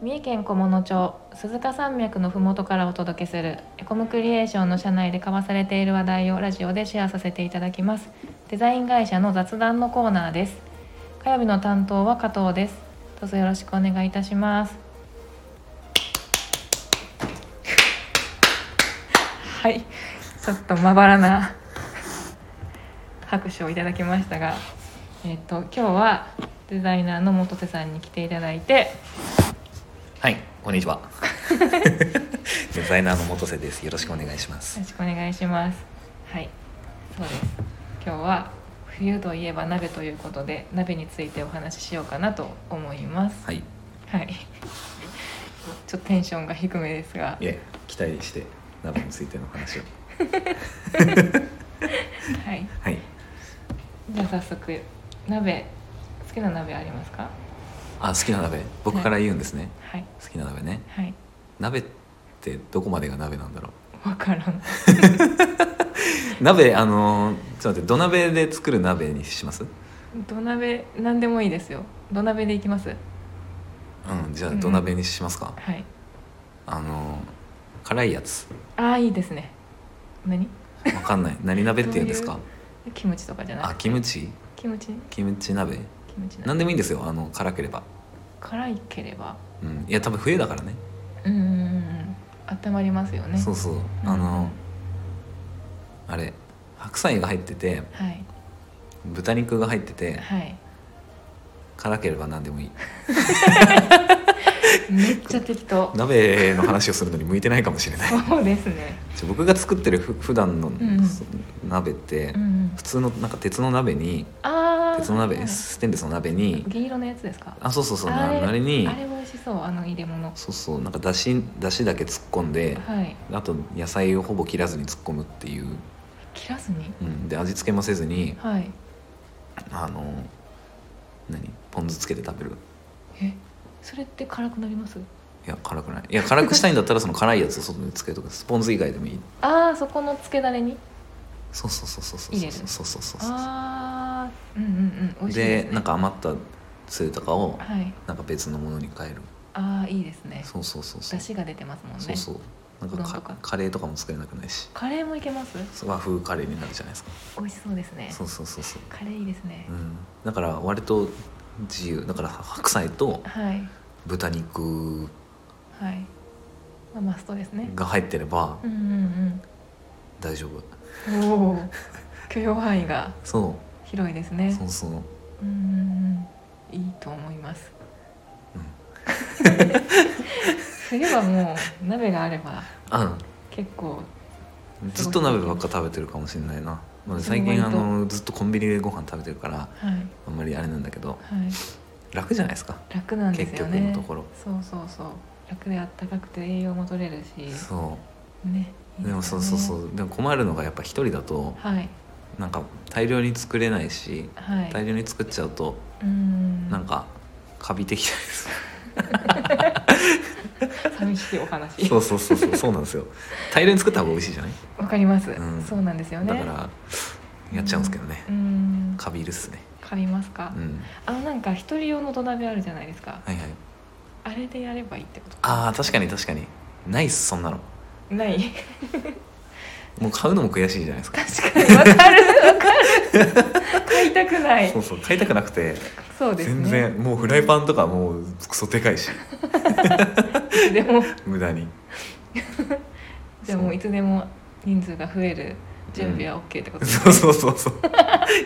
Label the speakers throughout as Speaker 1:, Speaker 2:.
Speaker 1: 三重県菰野町鈴鹿山脈のふもとからお届けするエコムクリエーションの社内で交わされている話題をラジオでシェアさせていただきますデザイン会社の雑談のコーナーです火曜日の担当は加藤ですどうぞよろしくお願いいたしますはいちょっとまばらな拍手をいただきましたがえっ、と今日はデザイナーの元瀬さんに来ていただいて
Speaker 2: はい、こんにちは。 デザイナーの元瀬です。よろしくお願いします
Speaker 1: よ。ろしくお願いします。はい、そうです。今日は冬といえば鍋ということで鍋についてお話ししようかなと思います。
Speaker 2: はい、い
Speaker 1: はい。ちょっとテンションが低めですが、
Speaker 2: え、期待して鍋についての話を。
Speaker 1: はい。
Speaker 2: はい、
Speaker 1: じゃあ早速鍋好きな鍋ありますか？
Speaker 2: あ、好きな鍋、僕から言うんですね。
Speaker 1: はい
Speaker 2: 好きな鍋ね。
Speaker 1: はい。
Speaker 2: 鍋ってどこまでが鍋なんだろ
Speaker 1: わからん。
Speaker 2: う。鍋、あのーちょっと待って、土鍋で作る鍋にします。
Speaker 1: 土鍋なんでもいいですよ。土鍋でいきます。
Speaker 2: うん、じゃあ
Speaker 1: うん
Speaker 2: 土鍋にしますか。
Speaker 1: はい。
Speaker 2: あのー辛いやつ。
Speaker 1: ああいいですね。何？
Speaker 2: わか んない。何鍋って言うんですか
Speaker 1: ど。キムチとかじゃな
Speaker 2: あ、
Speaker 1: い？
Speaker 2: キムチ。
Speaker 1: キムチ？
Speaker 2: キムチ鍋。
Speaker 1: キムチな
Speaker 2: なんでもいいんですよ。あの辛ければ。
Speaker 1: 辛いければ。
Speaker 2: うん、いや、多分冬だからね。
Speaker 1: うんうんうん温まりますよね
Speaker 2: そうそうあのあれ白菜が入ってて
Speaker 1: はい
Speaker 2: 豚肉が入ってて
Speaker 1: はい
Speaker 2: 辛ければ何でもいい
Speaker 1: めっちゃ適当
Speaker 2: 鍋の話をするのに向いてないかもしれない
Speaker 1: そうですね
Speaker 2: ちょ僕が作ってるふ普段の
Speaker 1: ん
Speaker 2: そ鍋って
Speaker 1: うんうん
Speaker 2: 普通のなんか鉄の鍋に
Speaker 1: ああ
Speaker 2: 鉄の鍋
Speaker 1: はい
Speaker 2: ステンレスの鍋に
Speaker 1: 銀色のやつですか
Speaker 2: あそうそうそう
Speaker 1: あ
Speaker 2: な
Speaker 1: れ
Speaker 2: あれに
Speaker 1: あれ美味しそうあの入れ物は
Speaker 2: そうそうなんかだしだしだけ突っ込んで
Speaker 1: い
Speaker 2: あと野菜をほぼ切らずに突っ込むっていう、
Speaker 1: 切らずに
Speaker 2: うん、で味付けもせずに
Speaker 1: はい
Speaker 2: あの何ポン酢つけて食べる
Speaker 1: えそれって辛くなります
Speaker 2: いや辛くないいや辛くしたいんだったらその辛いやつを外につけるとかスポン酢以外でもいい
Speaker 1: ああそこのつけだれに
Speaker 2: そうそうそうそうそう
Speaker 1: 入れ
Speaker 2: そう
Speaker 1: る
Speaker 2: そうそうそう
Speaker 1: ああうんうんうん美味しい
Speaker 2: で
Speaker 1: です、ね、
Speaker 2: なんか余ったつゆとかを
Speaker 1: はい
Speaker 2: なんか別のものに変える
Speaker 1: ああいいですね
Speaker 2: そうそうそうそう
Speaker 1: 出汁が出てますもんね
Speaker 2: そうそうなんか
Speaker 1: うどんと
Speaker 2: か
Speaker 1: か
Speaker 2: カレーとかも作れなくないし
Speaker 1: カレーもいけます
Speaker 2: 和風カレーになるじゃないですか
Speaker 1: 美味しそうですね
Speaker 2: そうそうそうそう
Speaker 1: カレーいいですね
Speaker 2: う、んだから割と自由だから白菜と
Speaker 1: はい
Speaker 2: 豚肉
Speaker 1: はい、まあ、マストですね。
Speaker 2: が入ってれば
Speaker 1: うんうん
Speaker 2: 大丈夫
Speaker 1: うん。おお、 許容範囲が
Speaker 2: そ
Speaker 1: 広いです
Speaker 2: う
Speaker 1: ね
Speaker 2: そ。うそうう
Speaker 1: う
Speaker 2: ん
Speaker 1: んうんうん、いいと思います。 冬はもう鍋があれば
Speaker 2: あ
Speaker 1: 結構
Speaker 2: ずっと鍋ばっか食べてるかもしれないな、まあ、
Speaker 1: 私も
Speaker 2: 最近あ
Speaker 1: 割と
Speaker 2: のずっとコンビニでご飯食べてるから
Speaker 1: はい
Speaker 2: あんまりあれなんだけど
Speaker 1: はい
Speaker 2: 楽じゃないですか
Speaker 1: 楽なんですよね。
Speaker 2: 結局のところ
Speaker 1: そうそうそう。楽であったかくて栄養も取れるし、ね。い
Speaker 2: そ
Speaker 1: いすよ
Speaker 2: う
Speaker 1: ね
Speaker 2: でもそうそうそうでも困るのがやっぱ一人だと
Speaker 1: はい
Speaker 2: なんか大量に作れないし
Speaker 1: はい。
Speaker 2: 大量に作っちゃうと
Speaker 1: うん。
Speaker 2: なんかカビてきたりす
Speaker 1: 寂しいお話
Speaker 2: る。そうそうそうそうそうなんですよ大量に作った方が美味しいじゃない
Speaker 1: わかります、
Speaker 2: うん
Speaker 1: そうなんですよね。
Speaker 2: だからやっちゃうんですけどね
Speaker 1: うん。
Speaker 2: カビいるっすね
Speaker 1: 買いますか
Speaker 2: う。ん
Speaker 1: あのなんか一人用の土鍋あるじゃないですか
Speaker 2: はいはい
Speaker 1: あれでやればいいってこと
Speaker 2: あー確かに確かにないっすそんなの
Speaker 1: ない
Speaker 2: もう買うのも悔しいじゃないですか
Speaker 1: 確かにわかるわかる買いたくない
Speaker 2: そうそう買いたくなくて
Speaker 1: そうです
Speaker 2: 全
Speaker 1: ね
Speaker 2: 然もうフライパンとかもうクソでかい し
Speaker 1: いつ でも
Speaker 2: 無駄に
Speaker 1: じゃあもういつでも人数が増える準備は OK ってことです、
Speaker 2: そうそうそうそう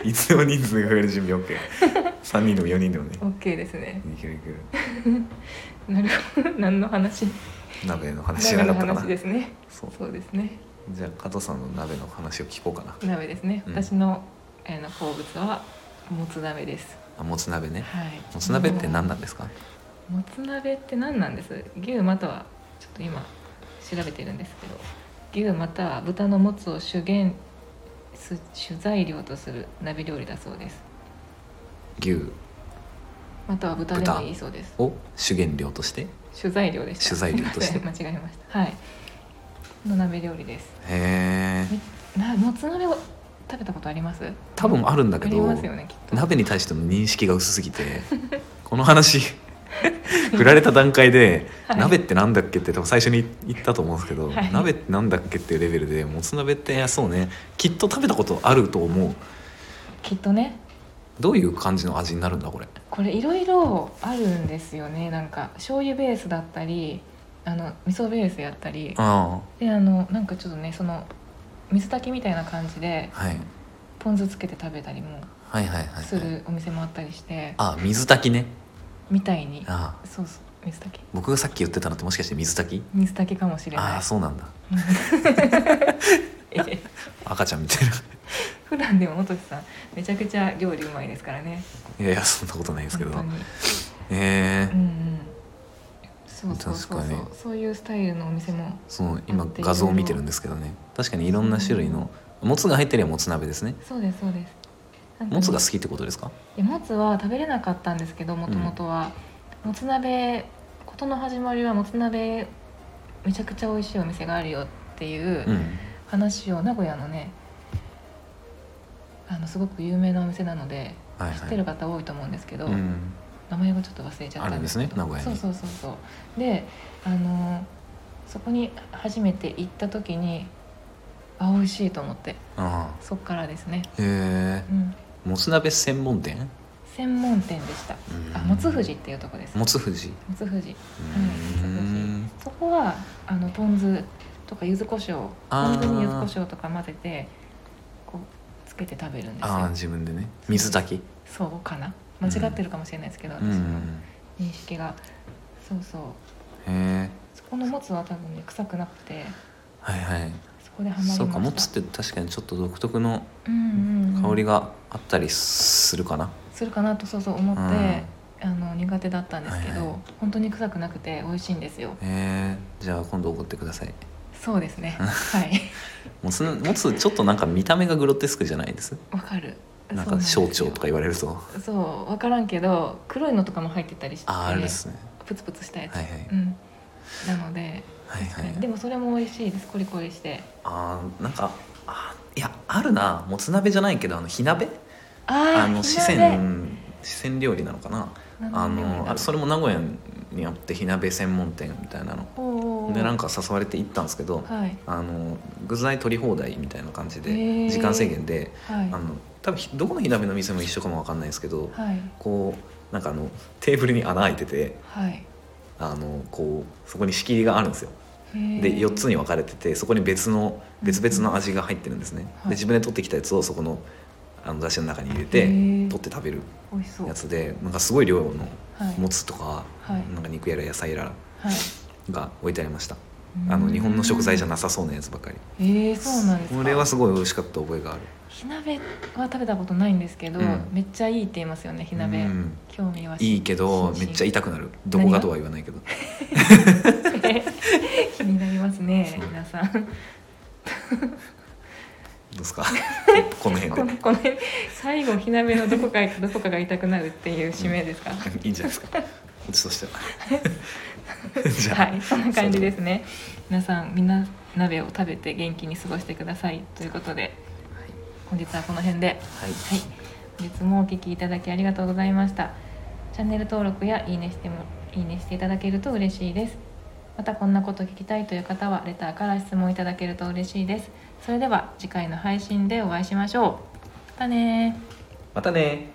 Speaker 2: いつでも人数が増える準備 OK3 人でも4人でもね
Speaker 1: OK ですね
Speaker 2: いけるいける
Speaker 1: なるほど 何の話
Speaker 2: 鍋の話しな
Speaker 1: 鍋
Speaker 2: か
Speaker 1: の
Speaker 2: ったかな
Speaker 1: 話ですね
Speaker 2: そう
Speaker 1: そうですね
Speaker 2: じゃあ加藤さんの鍋の話を聞こうかな
Speaker 1: 鍋ですね、
Speaker 2: うん
Speaker 1: 私の,、えーの好物はもつ鍋です
Speaker 2: あもつ鍋ね
Speaker 1: はい
Speaker 2: もつ鍋って何なんですか
Speaker 1: もつ鍋って何なんです牛またはちょっと今調べてるんですけど牛または豚のもつを主原す主材料とする鍋料理だそうです
Speaker 2: 牛
Speaker 1: または豚でもいいそうです
Speaker 2: を主原料としてへ
Speaker 1: 主材料でした
Speaker 2: 主材料として
Speaker 1: すいま せん間違えましたはいの鍋料理です
Speaker 2: え
Speaker 1: なもつ鍋を食べたことあります
Speaker 2: 多分あるんだ
Speaker 1: あ
Speaker 2: け
Speaker 1: り
Speaker 2: ど
Speaker 1: ますよねきっと
Speaker 2: 鍋に対しての認識が薄すぎてこの話 振られた段階で、
Speaker 1: はい
Speaker 2: 鍋ってなんだっけって多分最初に言ったと思うんですけど、
Speaker 1: はい
Speaker 2: 鍋ってなんだっけっていうレベルでもつ鍋っていやそうねきっと食べたことあると思う
Speaker 1: きっとね
Speaker 2: どういう感じの味になるんだこれ
Speaker 1: これいろいろあるんですよねなんか醤油ベースだったりあの味噌ベースやったり
Speaker 2: あ
Speaker 1: であのなんかちょっとねその水炊きみたいな感じで
Speaker 2: あ、はい、
Speaker 1: ポン酢つけて食べたりも
Speaker 2: はいはいはいはい
Speaker 1: するお店もあったりして
Speaker 2: あ水炊きね
Speaker 1: みたいに
Speaker 2: ああ
Speaker 1: そうそう水炊き
Speaker 2: 僕がさっき言ってたのってもしかして水炊き
Speaker 1: 水炊きかもしれ
Speaker 2: あ
Speaker 1: な
Speaker 2: あ
Speaker 1: い
Speaker 2: そうなんだ
Speaker 1: え
Speaker 2: 赤ちゃんみたいな
Speaker 1: 普段でも元木さんめちゃくちゃ料理うまいですからね
Speaker 2: いやいやそんなことないですけど
Speaker 1: 本当に
Speaker 2: ええ
Speaker 1: うんうんそうそうそう
Speaker 2: 確
Speaker 1: そ
Speaker 2: か
Speaker 1: う
Speaker 2: に
Speaker 1: そういうスタイルのお店も
Speaker 2: その今画像を見てるんですけどね確かにいろんな種類のもつが入ってるやもつ鍋ですね
Speaker 1: そうですそうですなんかね
Speaker 2: もつが好きってことですか
Speaker 1: いやもつは食べれなかったんですけどもともとは、もつ鍋ことの始まりはもつ鍋めちゃくちゃ美味しいお店があるよっていううん話を名古屋のねあのすごく有名なお店なので
Speaker 2: はい
Speaker 1: 知ってる方多いと思うんですけど、
Speaker 2: うん
Speaker 1: 名前がちょっと忘れちゃったけど
Speaker 2: あるんですね名古屋に
Speaker 1: そうそうそうそうであのーそこに初めて行った時にあ美味しいと思って
Speaker 2: あ
Speaker 1: そっからですね、
Speaker 2: あへえ
Speaker 1: うん、
Speaker 2: もつ鍋専門店
Speaker 1: 専門店でした
Speaker 2: うん
Speaker 1: あもつ富士っていうとこですも
Speaker 2: もつ富士
Speaker 1: つ富士
Speaker 2: う
Speaker 1: はい
Speaker 2: ん、
Speaker 1: そこはあのポン酢とか柚子胡椒
Speaker 2: あ
Speaker 1: ポン
Speaker 2: ー
Speaker 1: 酢に柚子胡椒とか混ぜてこうつけて食べるんです
Speaker 2: ああ
Speaker 1: よ
Speaker 2: 自分でね水炊き
Speaker 1: そうかな間違ってるかもしれないですけど、
Speaker 2: う
Speaker 1: 私の
Speaker 2: ん
Speaker 1: 認識がそうそう
Speaker 2: へえ
Speaker 1: そこのもつは多分ね臭くなくて
Speaker 2: はいはい
Speaker 1: そこでハマりました
Speaker 2: そうかもつって確かにちょっと独特の
Speaker 1: うんうんうん
Speaker 2: 香りがあったりするかな、
Speaker 1: するかなとそうそう思って、あの苦手だったんですけど、
Speaker 2: はいはい
Speaker 1: 本当に臭くなくて美味しいんですよ
Speaker 2: えー、じゃあ今度送ってください
Speaker 1: そうです ねはい
Speaker 2: もつもつちょっとなんか見た目がグロテスクじゃないです
Speaker 1: わかる
Speaker 2: なんか小腸とか
Speaker 1: か
Speaker 2: 言われると
Speaker 1: そうわからんけど黒いのとかも入ってたりして
Speaker 2: あーあれですね
Speaker 1: プツプツしたやつ、
Speaker 2: はいはい
Speaker 1: うんなので、
Speaker 2: はいはい
Speaker 1: でもそれも美味しいですコリコリして
Speaker 2: あーなんかあーいやあるなもつ鍋じゃないけどあの火鍋
Speaker 1: あー
Speaker 2: あの
Speaker 1: 火
Speaker 2: 四
Speaker 1: 鍋
Speaker 2: 川四川料理なのかなあ
Speaker 1: 何料理
Speaker 2: の
Speaker 1: だ
Speaker 2: あそれも名古屋にあって火鍋専門店みたいなの
Speaker 1: おうおうおう
Speaker 2: でなんか誘われて行ったんですけど、
Speaker 1: はい
Speaker 2: あの具材取り放題みたいな感じ
Speaker 1: へ
Speaker 2: で
Speaker 1: ー
Speaker 2: 時間制限で
Speaker 1: はい
Speaker 2: あの多分ひどこの火鍋の店も一緒かもわかんないですけど、
Speaker 1: はい
Speaker 2: こうなんかあのテーブルに穴開いてて
Speaker 1: はい
Speaker 2: あのこうそこに仕切りがあるんですよ
Speaker 1: へー
Speaker 2: で4つに分かれててそこに別の別々の味が入ってるんですね、
Speaker 1: はい
Speaker 2: で自分で取ってきたやつをそこのあの出汁の中に入れ
Speaker 1: へ
Speaker 2: て
Speaker 1: ー
Speaker 2: 取って食べる
Speaker 1: 美味しそう
Speaker 2: やつでなんかすごい量の
Speaker 1: はい
Speaker 2: もつとか、
Speaker 1: はい
Speaker 2: なんか肉やら野菜や
Speaker 1: は
Speaker 2: ら
Speaker 1: い
Speaker 2: が置いてありましたあの日本の食材じゃなさそうなやつばかり
Speaker 1: えー、そうなんですか
Speaker 2: これはすごい美味しかった覚えがある
Speaker 1: 火鍋は食べたことないんですけど、
Speaker 2: うん
Speaker 1: めっちゃいいって言いますよね火鍋、
Speaker 2: うん
Speaker 1: 興味はし
Speaker 2: いいけどめっちゃ痛くなるどこがとは言わな いけど
Speaker 1: 気になりますね皆さん
Speaker 2: どうですかこの
Speaker 1: こ
Speaker 2: 辺
Speaker 1: の
Speaker 2: で
Speaker 1: この辺最後火鍋のどこかどこかが痛くなるっていう使命ですか、
Speaker 2: いいんじゃないですかうちとして は じゃあ、
Speaker 1: はいそんな感じですね皆さんみんな鍋を食べて元気に過ごしてくださいということで本日はこの辺で
Speaker 2: は
Speaker 1: は
Speaker 2: い
Speaker 1: い本日もお聞きいただきありがとうございましたチャンネル登録やいいねしてもいいねしていただけると嬉しいですまたこんなこと聞きたいという方はレターから質問いただけると嬉しいですそれでは次回の配信でお会いしましょうまたねー
Speaker 2: またね